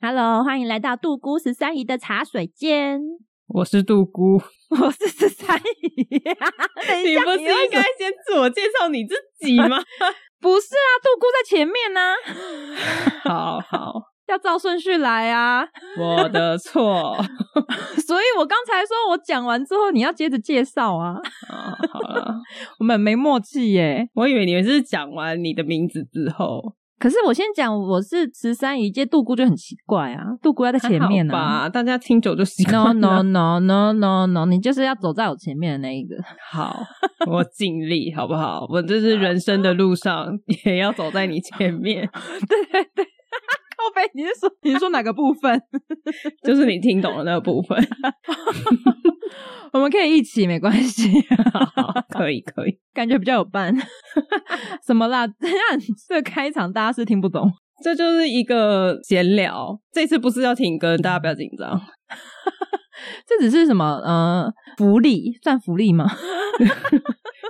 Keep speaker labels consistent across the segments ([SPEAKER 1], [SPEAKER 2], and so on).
[SPEAKER 1] Hello，欢迎来到杜姑十三姨的茶水间。
[SPEAKER 2] 我是杜姑，
[SPEAKER 1] 我是十三姨、啊 等一
[SPEAKER 3] 你
[SPEAKER 1] 下，
[SPEAKER 3] 不是
[SPEAKER 1] 你为
[SPEAKER 3] 应
[SPEAKER 1] 什么
[SPEAKER 3] 该先自我介绍你自己吗？
[SPEAKER 1] 不是啊？杜姑在前面啊呢、
[SPEAKER 2] 好好，
[SPEAKER 1] 要照顺序来啊。
[SPEAKER 2] 我的错 哦
[SPEAKER 1] 所以我刚才说我讲完之后，你要接着介绍啊。
[SPEAKER 2] 啊，好了，
[SPEAKER 1] 我们没默契耶。
[SPEAKER 2] 我以为你们是讲完你的名字之后，
[SPEAKER 1] 可是我先讲，我是十三姨，接杜姑就很奇怪啊。杜姑要在前面
[SPEAKER 2] 还好
[SPEAKER 1] 啊。
[SPEAKER 2] 吧？大家听久就习惯
[SPEAKER 1] No no
[SPEAKER 2] 了。
[SPEAKER 1] no no no no，你就是要走在我前面的那一个。
[SPEAKER 2] 好，我尽力，好不好？我这是人生的路上，也要走在你 前面，
[SPEAKER 1] 对对对，靠背，你是说你是说哪个部分？
[SPEAKER 2] 就是你听懂了那个部分。
[SPEAKER 1] 我们可以一起，没关系，
[SPEAKER 2] 好好，可以，可以。
[SPEAKER 1] 感觉比较有伴。 什么啦？ 这样这个开场大家是听不懂。
[SPEAKER 2] 这就是一个闲聊，这次不是要停更，大家不要紧张。
[SPEAKER 1] 这只是什么？呃，福利算福利吗？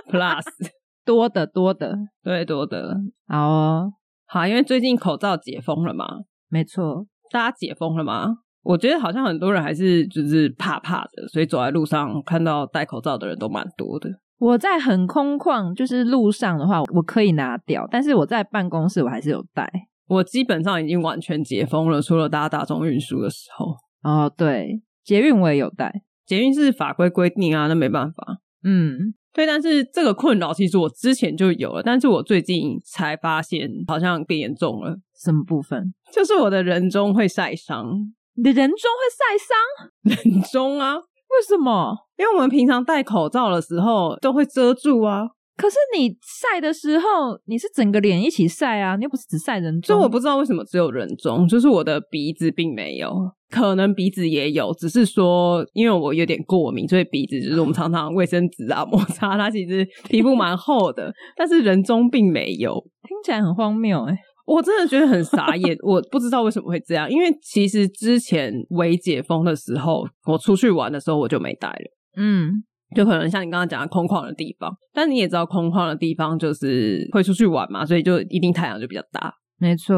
[SPEAKER 2] Plus，
[SPEAKER 1] 多的多的，
[SPEAKER 2] 对多的
[SPEAKER 1] 好哦，
[SPEAKER 2] 好，啊因为最近口罩解封了嘛，
[SPEAKER 1] 没错，
[SPEAKER 2] 大家解封了吗？我觉得好像很多人还是就是怕怕的，所以走在路上看到戴口罩的人都蛮多的。
[SPEAKER 1] 我在很空旷，就是路上的话，我可以拿掉，但是我在办公室我还是有带。
[SPEAKER 2] 我基本上已经完全解封了，除了搭大众运输的时候，
[SPEAKER 1] 哦，对，捷运我也有带。
[SPEAKER 2] 捷运是法规规定啊，那没办法。
[SPEAKER 1] 嗯，
[SPEAKER 2] 对，但是这个困扰其实我之前就有了，但是我最近才发现好像变严重了，
[SPEAKER 1] 什么部分？
[SPEAKER 2] 就是我的人中会晒伤，
[SPEAKER 1] 你的人中会晒伤？
[SPEAKER 2] 人中啊，
[SPEAKER 1] 为什么？
[SPEAKER 2] 因为我们平常戴口罩的时候都会遮住啊，
[SPEAKER 1] 可是你晒的时候，你是整个脸一起晒啊，你又不是只晒人
[SPEAKER 2] 所
[SPEAKER 1] 中。
[SPEAKER 2] 以我不知道为什么只有人中，就是我的鼻子并没有，可能鼻子也有，只是说因为我有点过敏，所以鼻子就是我们常常卫生纸啊摩擦，它其实皮肤蛮厚的，但是人中并没有。
[SPEAKER 1] 听起来很荒谬哎、
[SPEAKER 2] 我真的觉得很傻眼，我不知道为什么会这样，因为其实之前未解封的时候，我出去玩的时候我就没戴了。
[SPEAKER 1] 嗯，
[SPEAKER 2] 就可能像你刚刚讲的空旷的地方，但你也知道空旷的地方就是会出去玩嘛，所以就一定太阳就比较大。
[SPEAKER 1] 没错。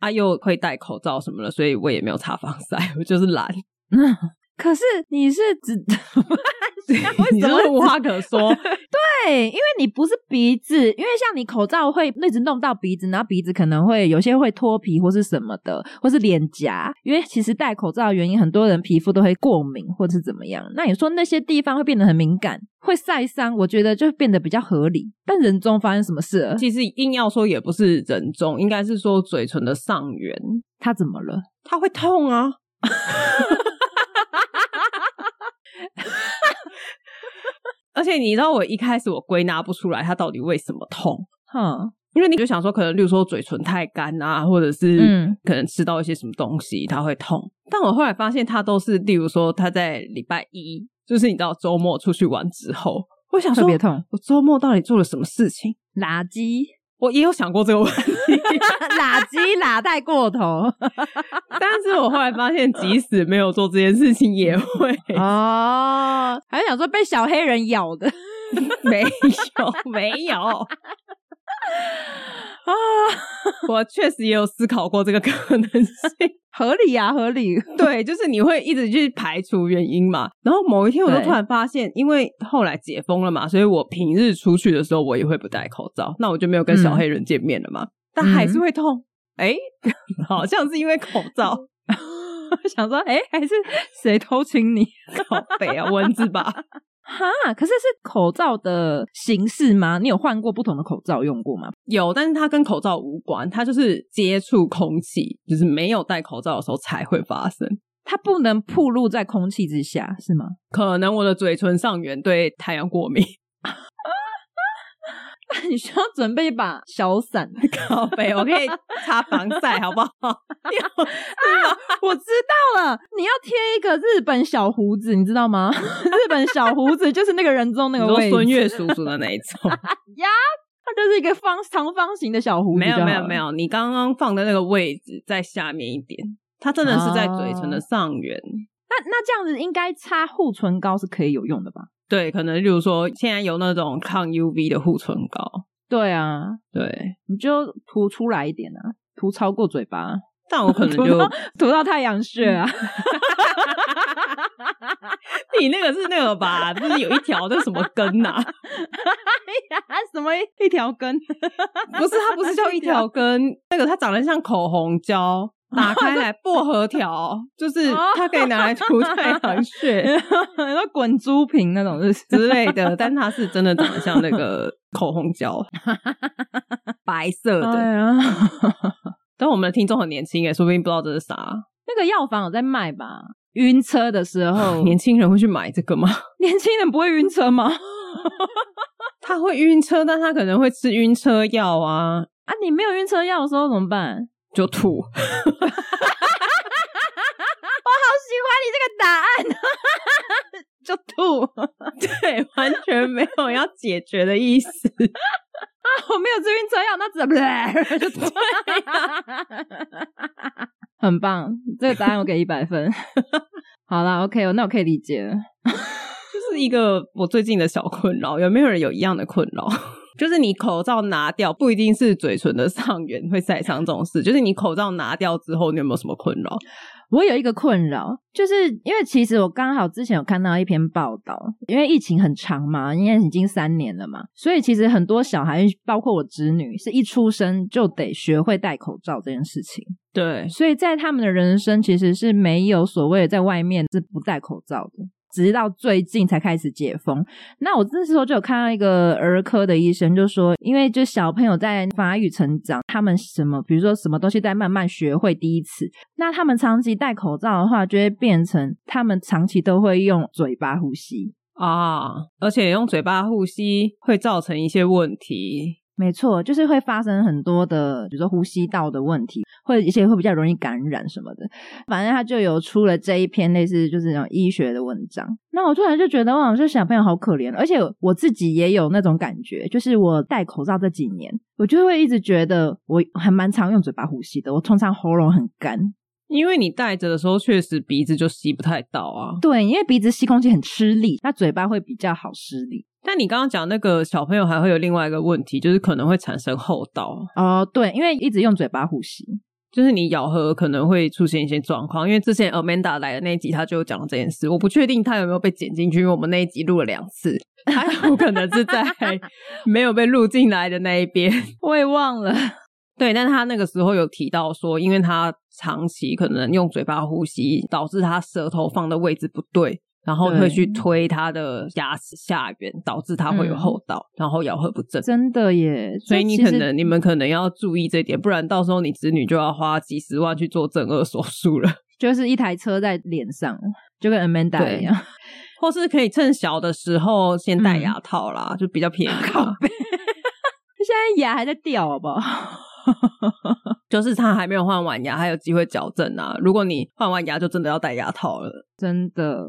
[SPEAKER 2] 啊，又会戴口罩什么的，所以我也没有擦防晒， 我就是懒。
[SPEAKER 1] 可是你是 只，为
[SPEAKER 2] 你
[SPEAKER 1] 什
[SPEAKER 2] 就
[SPEAKER 1] 么会
[SPEAKER 2] 是无
[SPEAKER 1] 只
[SPEAKER 2] 话可说，
[SPEAKER 1] 对，因为你不是鼻子，因为像你口罩会一直弄到鼻子，然后鼻子可能会有些会脱皮或是什么的，或是脸颊。因为其实戴口罩的原因，很多人皮肤都会过敏或是怎么样。那你说那些地方会变得很敏感，会晒伤，我觉得就变得比较合理。但人中发生什么事了？
[SPEAKER 2] 其实硬要说也不是人中，应该是说嘴唇的上缘，
[SPEAKER 1] 他怎么了？
[SPEAKER 2] 它会痛啊。 而且你知道，我一开始我归纳不出来它到底为什么痛，
[SPEAKER 1] 哼，
[SPEAKER 2] 因为你就想说，可能例如说嘴唇太干啊，或者是
[SPEAKER 1] 嗯
[SPEAKER 2] 可能吃到一些什么东西，它会痛。但我后来发现，它都是例如说，它在礼拜一，就是你知道周末出去玩之后，我想
[SPEAKER 1] 特
[SPEAKER 2] 说，
[SPEAKER 1] 别痛，
[SPEAKER 2] 我周末到底做了什么事情？
[SPEAKER 1] 垃圾，
[SPEAKER 2] 我也有想过这个问题，
[SPEAKER 1] 垃圾，拉带过头
[SPEAKER 2] 但是我后来发现，即使没有做这件事情，也 会
[SPEAKER 1] 哦，还想说被小黑人咬的。
[SPEAKER 2] 没有没 有啊。 我确实也有思考过这个可能性。
[SPEAKER 1] 合理呀、合理。
[SPEAKER 2] 对，就是你会一直去排除原因嘛。然后某一天，我就
[SPEAKER 1] 对
[SPEAKER 2] 突然发现，因为后来解封了嘛，所以我平日出去的时候，我也会不戴口罩，那我就没有跟
[SPEAKER 1] 嗯
[SPEAKER 2] 小黑人见面了嘛。但还是会痛，哎、好像是因为口 罩
[SPEAKER 1] 想说，哎、还是谁偷亲你？
[SPEAKER 2] 口北啊，蚊子吧。
[SPEAKER 1] 哈，可是是口罩的形式吗？你有换过不同的口罩用过吗？
[SPEAKER 2] 有，但是它跟口罩无关，它就是接触空气，就是没有戴口罩的时候才会发生。
[SPEAKER 1] 它不能暴露在空气之下，是吗？
[SPEAKER 2] 可能我的嘴唇上缘对太阳过敏，
[SPEAKER 1] 你需要准备一把小伞。
[SPEAKER 2] 靠背，我可以擦防晒，好不好？
[SPEAKER 1] 我知道了，你要贴一个日本小胡子，你知道吗？ 日本小胡子就是那个人中那
[SPEAKER 2] 你
[SPEAKER 1] 个
[SPEAKER 2] 说
[SPEAKER 1] 位置，
[SPEAKER 2] 孙悦叔叔的那一种？
[SPEAKER 1] 它就是一个方长方形的小胡子。
[SPEAKER 2] 没有没有没，有，你刚刚放的那个位置在下面一点，它真的是在嘴唇的上缘。
[SPEAKER 1] 那那这样子应该擦护唇膏是可以有用的吧？
[SPEAKER 2] 对，可能例如说现在有那种抗 UV 的护唇膏，
[SPEAKER 1] 对啊，
[SPEAKER 2] 对，
[SPEAKER 1] 你就涂出来一点啊，涂超过嘴巴，啊
[SPEAKER 2] 但我可能
[SPEAKER 1] 涂
[SPEAKER 2] 就嗯
[SPEAKER 1] 到涂到太阳穴啊。
[SPEAKER 2] 你那个是那个吧，就是有一条那什么根呐、
[SPEAKER 1] 哎呀，什么一一条根？
[SPEAKER 2] 不是，它不是叫一条根，那个它长得像口红胶，打开来薄荷条，就是
[SPEAKER 1] 哦
[SPEAKER 2] 它可以拿来涂太阳穴
[SPEAKER 1] 你说滚珠瓶那种是不是？
[SPEAKER 2] 之类的，但它是真的长得像那个口红胶， 白色
[SPEAKER 1] 哎
[SPEAKER 2] 的。
[SPEAKER 1] 呀，
[SPEAKER 2] 但我们的听众很年轻欸诶，说不定不知道这是啥。
[SPEAKER 1] 那个药房有在卖吧？晕车的时 候，
[SPEAKER 2] 年轻人会去买这个吗？
[SPEAKER 1] 年轻人不会晕车吗？ 啊
[SPEAKER 2] 他会晕车，但他可能会吃晕车药啊，
[SPEAKER 1] 啊，你没有晕车药的时候怎么办？ 啊我
[SPEAKER 2] 就吐。
[SPEAKER 1] 好喜欢你这个答案，就吐。
[SPEAKER 2] 对，完全没有要解决的意思。
[SPEAKER 1] 啊 我没有吃晕车药，那怎么就吐？ 很棒，这个答案我给一百分。 好啦 o、k 那我可以理解了。
[SPEAKER 2] 就是一个我最近的小困扰，有没有人有一样的困扰？ 就是你口罩拿掉，不一定是嘴唇的上缘会晒伤这种事。就是你口罩拿掉之后，你有没有什么困扰？
[SPEAKER 1] 我有一个困扰，就是因为其实我刚好之前有看到一篇报道，因为疫情很长嘛，因为已经三年了嘛，所以其实很多小孩，包括我侄女，是一出生就得学会戴口罩这件事情，
[SPEAKER 2] 对，
[SPEAKER 1] 所以在他们的人生其实是没有所谓的在外面是不戴口罩的。直到最近才开始解封。那我那时候就有看到一个儿科的医生就说，因为就小朋友在发育成长，他们什么，比如说什么东西在慢慢学会第一次，那他们长期戴口罩的话，就会变成他们长期都会用嘴巴呼吸。
[SPEAKER 2] 啊，而且用嘴巴呼吸会造成一些问题。
[SPEAKER 1] 没错，就是会发生很多的，比如说呼吸道的问题，或者一些会比较容易感染什么的。反正他就有出了这一篇类似就是那种医学的文章。那我突然就觉得，哇，我这小朋友好可怜，而且我自己也有那种感觉，就是我戴口罩这几年，我就会一直觉得我还蛮常用嘴巴呼吸的，我通常喉咙很干，
[SPEAKER 2] 因为你戴着的时候，确实鼻子就吸不太到啊。
[SPEAKER 1] 对，因为鼻子吸空气很吃力，那嘴巴会比较好施力。
[SPEAKER 2] 但你刚刚讲那个小朋友还会有另外一个问题，就是可能会产生后道，
[SPEAKER 1] 哦，对，因为一直用嘴巴呼吸。
[SPEAKER 2] 就是你咬合可能会出现一些状况。因为之前 Amanda 来的那一集，他就有讲到这件事，我不确定他有没有被剪进去，因为我们那一集录了两次，他有可能 是在没有被录进来的那一边。
[SPEAKER 1] 我也忘了，
[SPEAKER 2] 对，但他那个时候有提到说，因为他长期可能用嘴巴呼吸，导致他舌头放的位置不对，然后会去
[SPEAKER 1] 对
[SPEAKER 2] 推他的牙齿下缘，导致他会有
[SPEAKER 1] 嗯
[SPEAKER 2] 后道，然后咬合不正。
[SPEAKER 1] 真的耶。
[SPEAKER 2] 所以你
[SPEAKER 1] 这其
[SPEAKER 2] 可
[SPEAKER 1] 实
[SPEAKER 2] 能你们可能要注意这一点，不然到时候你子女就要花几十万去做正颚手术了，
[SPEAKER 1] 就是一台车在脸上，就跟 Amanda
[SPEAKER 2] 对
[SPEAKER 1] 一样。
[SPEAKER 2] 或是可以趁小的时候先戴
[SPEAKER 1] 嗯
[SPEAKER 2] 牙套啦，就比较便宜啦。
[SPEAKER 1] 现在牙还在掉，好不好？
[SPEAKER 2] 就是他还没有换完牙，还有机会矫正啊。如果你换完牙，就真的要戴牙套了。
[SPEAKER 1] 真的。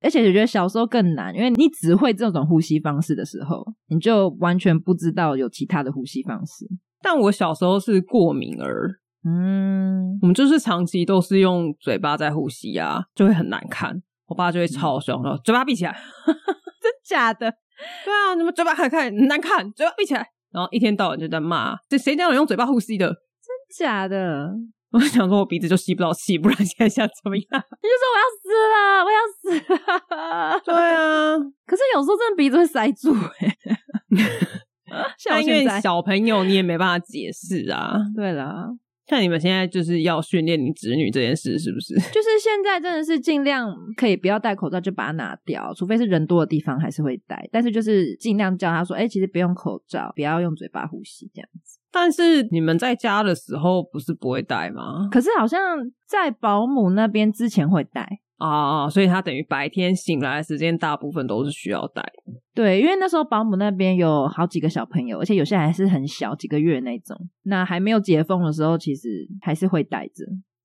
[SPEAKER 1] 而且我觉得小时候更难，因为你只会这种呼吸方式的时候，你就完全不知道有其他的呼吸方式。
[SPEAKER 2] 但我小时候是过敏儿，
[SPEAKER 1] 嗯，
[SPEAKER 2] 我们就是长期都是用嘴巴在呼吸啊，就会很难看。我爸就
[SPEAKER 1] 嗯
[SPEAKER 2] 会超凶，然后嘴巴闭起来。
[SPEAKER 1] 真假的？
[SPEAKER 2] 对啊，你们嘴巴开开很难看，嘴巴闭起来。然后一天到晚就在骂，这谁叫你用嘴巴呼吸的？
[SPEAKER 1] 假的？
[SPEAKER 2] 我就想说，我鼻子就吸不到气，不然现在想怎么样？
[SPEAKER 1] 你就说我要死了，我 要死了。
[SPEAKER 2] 对啊，
[SPEAKER 1] 可是有时候真的鼻子会塞住哎、像我
[SPEAKER 2] 但因
[SPEAKER 1] 现
[SPEAKER 2] 为
[SPEAKER 1] 在。
[SPEAKER 2] 小朋友你也没办法解释啊。
[SPEAKER 1] 对啦，
[SPEAKER 2] 像你们现在就是要训练你侄女这件事，是不是？
[SPEAKER 1] 就是现在真的是尽量可以不要戴口罩就把它拿掉，除非是人多的地方还是会戴，但是就是尽量叫他说，哎、其实不用口罩，不要用嘴巴呼吸这样。
[SPEAKER 2] 但是你们在家的时候不是不会戴吗？
[SPEAKER 1] 可是好像在保姆那边之前会戴，
[SPEAKER 2] 啊，所以他等于白天醒来的时间大部分都是需要戴。
[SPEAKER 1] 对，因为那时候保姆那边有好几个小朋友，而且有些还是很小，几个月那种。那还没有解封的时候，其实还是会戴着。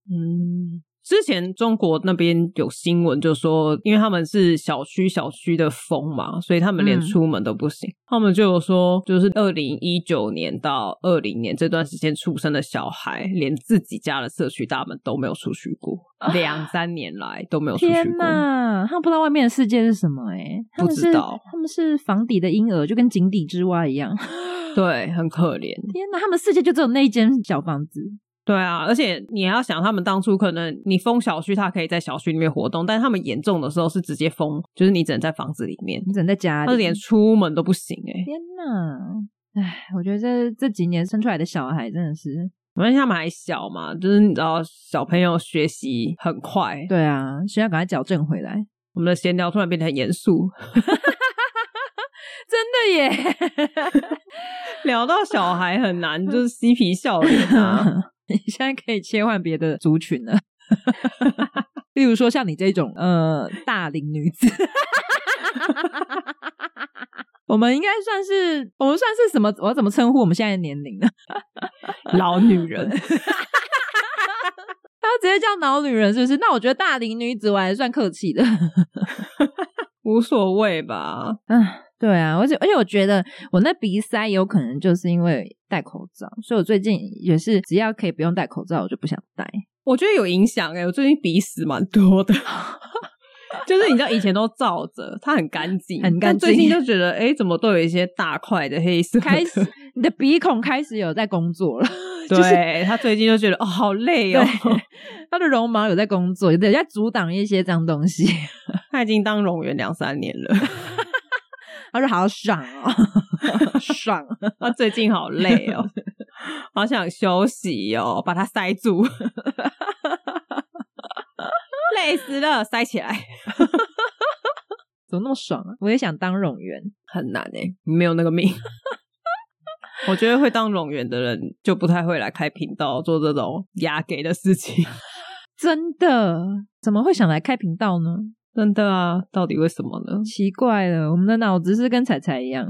[SPEAKER 2] 嗯，之前中国那边有新闻就说，因为他们是小区小区的封嘛，所以他们连
[SPEAKER 1] 嗯
[SPEAKER 2] 出门都不行。他们就有说，就是二零一九年到二零年这段时间出生的小孩，连自己家的社区大门都没有出去过，两三年来都没有出去
[SPEAKER 1] 啊天
[SPEAKER 2] 过。
[SPEAKER 1] 呐，他们不知道外面的世界是什么哎、他们
[SPEAKER 2] 不
[SPEAKER 1] 是
[SPEAKER 2] 知道
[SPEAKER 1] 他们是房底的婴儿，就跟井底之蛙一样。
[SPEAKER 2] 对，很可怜。
[SPEAKER 1] 天呐，他们世界就只有那一间小房子。
[SPEAKER 2] 对啊，而且你还要想，他们当初可能你封小区，他可以在小区里面活动，但是他们严重的时候是直接封，就是你只能在房子里面，
[SPEAKER 1] 你只能在家
[SPEAKER 2] 他
[SPEAKER 1] 里。
[SPEAKER 2] 连出门都不行哎、
[SPEAKER 1] 天呐，唉，我觉得这这几年生出来的小孩真的是，
[SPEAKER 2] 反正他们还小嘛，就是你知道小朋友学习很快。
[SPEAKER 1] 对啊，需要赶快矫正回来。
[SPEAKER 2] 我们的闲聊突然变得很严 肃，
[SPEAKER 1] 真的耶，
[SPEAKER 2] 聊到小孩很难，就是嬉皮笑脸啊。
[SPEAKER 1] 你现在可以切换别的族群了。 例如说像你这种呃大龄女子， 我们应该算是我们算是什么？我要怎么称呼我们现在的年龄呢？
[SPEAKER 2] 老女人，
[SPEAKER 1] 他直接叫老女人是不是？那我觉得大龄女子我还算客气的。
[SPEAKER 2] 无所谓吧？
[SPEAKER 1] 唉，对啊，而且而且我觉得我那鼻塞有可能就是因为戴口罩，所以我最近也是只要可以不用戴口罩，我就不想戴。
[SPEAKER 2] 我觉得有影响哎、我最近鼻屎蛮多的， 就是你知道以前都罩着，它很干净，
[SPEAKER 1] 很干净
[SPEAKER 2] 但最近就觉得哎、诶怎么都有一些大块的黑色的，
[SPEAKER 1] 开始你的鼻孔开始有在工作了，
[SPEAKER 2] 对、
[SPEAKER 1] 就是
[SPEAKER 2] 他最近就觉得哦好累哦，
[SPEAKER 1] 它的绒毛有在工作，有在阻挡一些脏东西，
[SPEAKER 2] 他已经当冗员两三年了，
[SPEAKER 1] 他说好爽哦， 爽。
[SPEAKER 2] 他最近好累哦，好想休息哦，把它塞住，累死了，塞起来
[SPEAKER 1] 怎么那么爽啊！我也想当冗员，
[SPEAKER 2] 很难哎、没有那个命。我觉得会当冗员的人就不太会来开频道做这种压给的事情。
[SPEAKER 1] 真的怎么会想来开频道呢？
[SPEAKER 2] 真的啊，到底为什么呢？
[SPEAKER 1] 奇怪了，我们的脑子是跟彩彩一样，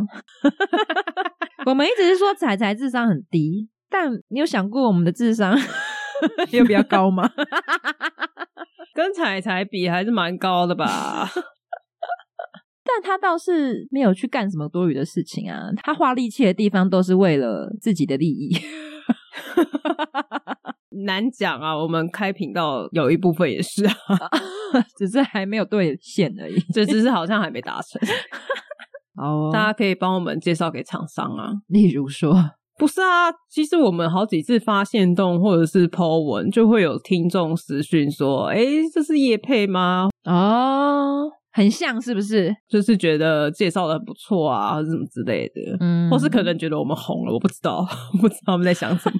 [SPEAKER 1] 我们一直是说彩彩智商很低，但你有想过我们的智商 有比较高吗？
[SPEAKER 2] 跟彩彩比还是蛮高的吧？
[SPEAKER 1] 但他倒是没有去干什么多余的事情啊，他花力气的地方都是为了自己的利益。
[SPEAKER 2] 难讲啊，我们开频道有一部分也是啊，
[SPEAKER 1] 只是还没有兑现而已。
[SPEAKER 2] 这只是好像还没达成。
[SPEAKER 1] 哦
[SPEAKER 2] 大家可以帮我们介绍给厂商啊。
[SPEAKER 1] 例如说，
[SPEAKER 2] 不是啊，其实我们好几次发现动或者是 Po 文，就会有听众私讯说：“哎、这是叶配吗？”
[SPEAKER 1] 哦，很像是不是？
[SPEAKER 2] 就是觉得介绍的很不错啊，或者什么之类的。
[SPEAKER 1] 嗯
[SPEAKER 2] 或是可能觉得我们红了，我不知道， 不知道他们在想什么，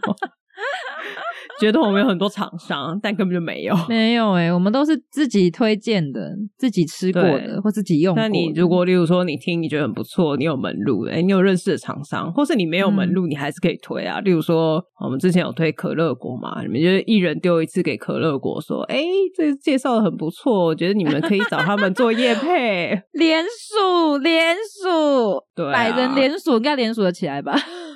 [SPEAKER 2] 觉得我们有很多厂商，但根本就没有。
[SPEAKER 1] 没有诶、我们都是自己推荐的，自己吃过
[SPEAKER 2] 对
[SPEAKER 1] 的或自己用过嗯
[SPEAKER 2] 那
[SPEAKER 1] 的。
[SPEAKER 2] 你如果例如说你听你觉得很不错，你有门路，哎、你有认识的厂商，或是你没有
[SPEAKER 1] 嗯
[SPEAKER 2] 门路，你还是可以推啊。例如说我们之前有推可乐果嘛，你们就是一人丢一次给可乐果，说，哎、这介绍的很不错，我觉得你们可以找他们做业配，
[SPEAKER 1] 连署连署，
[SPEAKER 2] 对啊
[SPEAKER 1] 百人连署应该连署得起来吧？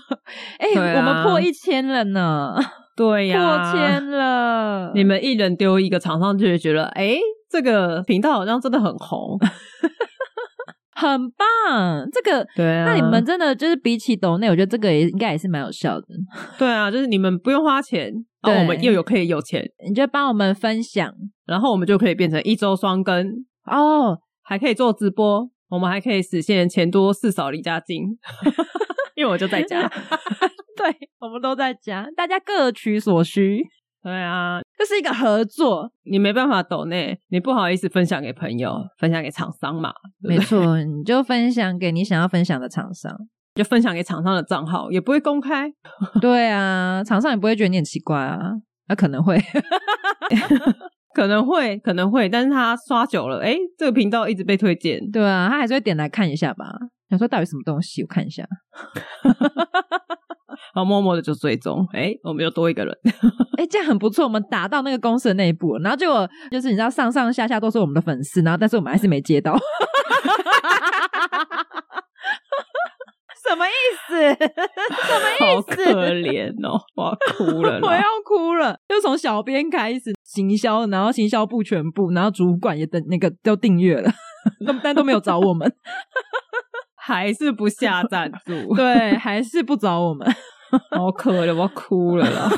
[SPEAKER 1] 哎、
[SPEAKER 2] 对啊
[SPEAKER 1] 我们破一千了呢，
[SPEAKER 2] 对
[SPEAKER 1] 破
[SPEAKER 2] 呀、
[SPEAKER 1] 千了，
[SPEAKER 2] 你们一人丢一个，厂商就会觉得，哎、这个频道好像真的很红，
[SPEAKER 1] 很棒，这个。
[SPEAKER 2] 对啊。
[SPEAKER 1] 那你们真的就是比起抖内，我觉得这个也应该也是蛮有效的。
[SPEAKER 2] 对啊，就是你们不用花钱，
[SPEAKER 1] 对
[SPEAKER 2] 然后我们又有可以有钱，
[SPEAKER 1] 你就帮我们分享
[SPEAKER 2] 然后我们就可以变成一周双更，
[SPEAKER 1] 哦，
[SPEAKER 2] 还可以做直播，我们还可以实现钱多事少离家近， 因为我就在家。
[SPEAKER 1] 对，我们都在家，大家各取所需，
[SPEAKER 2] 对啊，
[SPEAKER 1] 这是一个合作。
[SPEAKER 2] 你没办法抖内，你不好意思分享给朋友，分享给厂商嘛，对
[SPEAKER 1] 没
[SPEAKER 2] 不对？
[SPEAKER 1] 错，你就分享给你想要分享的厂商。
[SPEAKER 2] 就分享给厂商的账号，也不会公开。
[SPEAKER 1] 对啊，厂商也不会觉得你很奇怪啊，那、可能会
[SPEAKER 2] 可能会，可能会，但是他刷久了，哎，这个频道一直被推荐，
[SPEAKER 1] 对啊，他还是会点来看一下吧。想说到底什么东西，我看一下。
[SPEAKER 2] 然后默默的就追踪，哎，我们又多一个人，
[SPEAKER 1] 哎、哎、这样很不错，我们打到那个公司的内部了，然后结果就是你知道上上下下都是我们的粉丝，然后但是我们还是没接到，什么意思？
[SPEAKER 2] 好可怜哦，我要哭了
[SPEAKER 1] 我要
[SPEAKER 2] 啦！
[SPEAKER 1] 哭了，就从小编开始行销，然后行销部全部，然后主管也等那个都订阅了， 但但都没有找我们，
[SPEAKER 2] 还是不下赞助，
[SPEAKER 1] 对，还是不找我们。
[SPEAKER 2] 好可怜，我要哭了啦！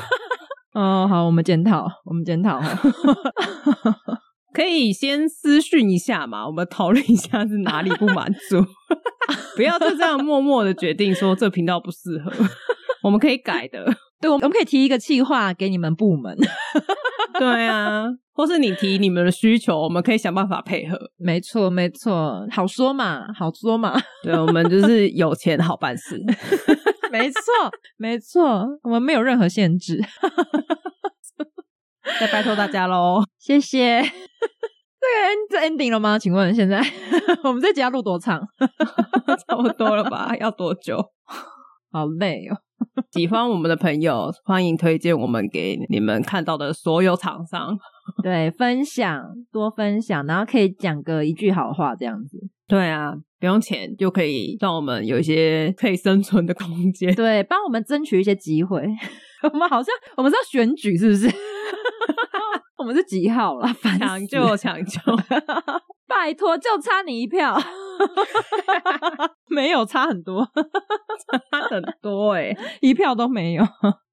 [SPEAKER 1] 哦，好，我们检讨，我们检讨。
[SPEAKER 2] 可以先私讯一下嘛，我们讨论一下是哪里不满 足，不要就这样默默的决定说这频道不适 合，我们可以改的。
[SPEAKER 1] 对，我们我们可以提一个计划给你们部门。
[SPEAKER 2] 对啊，或是你提你们的需求，我们可以想办法配合。
[SPEAKER 1] 没错，没错，好说嘛，好说嘛。
[SPEAKER 2] 对，我们就是有钱好办 事。
[SPEAKER 1] 没错，没错，我们没有任何限制。
[SPEAKER 2] 再拜托大家喽！
[SPEAKER 1] 谢谢。 这个 end- 这 ending 了吗？请问现在我们这集要录多长？
[SPEAKER 2] 差不多了吧？要多久？
[SPEAKER 1] 好累哦。
[SPEAKER 2] 喜欢我们的朋友，欢迎推荐我们给你们看到的所有厂商。
[SPEAKER 1] 对，分享多分享，然后可以讲个一句好话这样子。
[SPEAKER 2] 对啊，不用钱就可以让我们有一些可以生存的空 间。
[SPEAKER 1] 对，帮我们争取一些机会。 我们好像我们是要选举是不 是？我们是几号了？烦死了
[SPEAKER 2] 抢救，抢救！
[SPEAKER 1] 拜托，就差你一票。 没有差很多，
[SPEAKER 2] 差很多哎、
[SPEAKER 1] 一票都没有。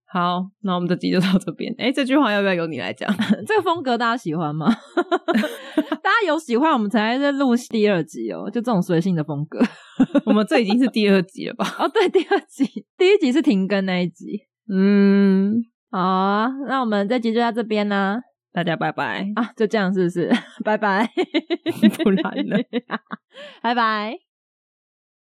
[SPEAKER 2] 好，那我们这集就到这边。哎、这句话要不要由你来讲？
[SPEAKER 1] 这个风格大家喜欢吗？ 大家有喜欢，我们才在录第二集哦。就这种随性的风格。
[SPEAKER 2] 我们这已经是 第二集了吧？
[SPEAKER 1] 哦，对，第二集，第一集是停更那一集。
[SPEAKER 2] 嗯，
[SPEAKER 1] 好啊，那我们这集就到这边啦、
[SPEAKER 2] 大家拜拜
[SPEAKER 1] ，啊，就这样是不是？拜拜，
[SPEAKER 2] 不然呢？
[SPEAKER 1] 拜拜。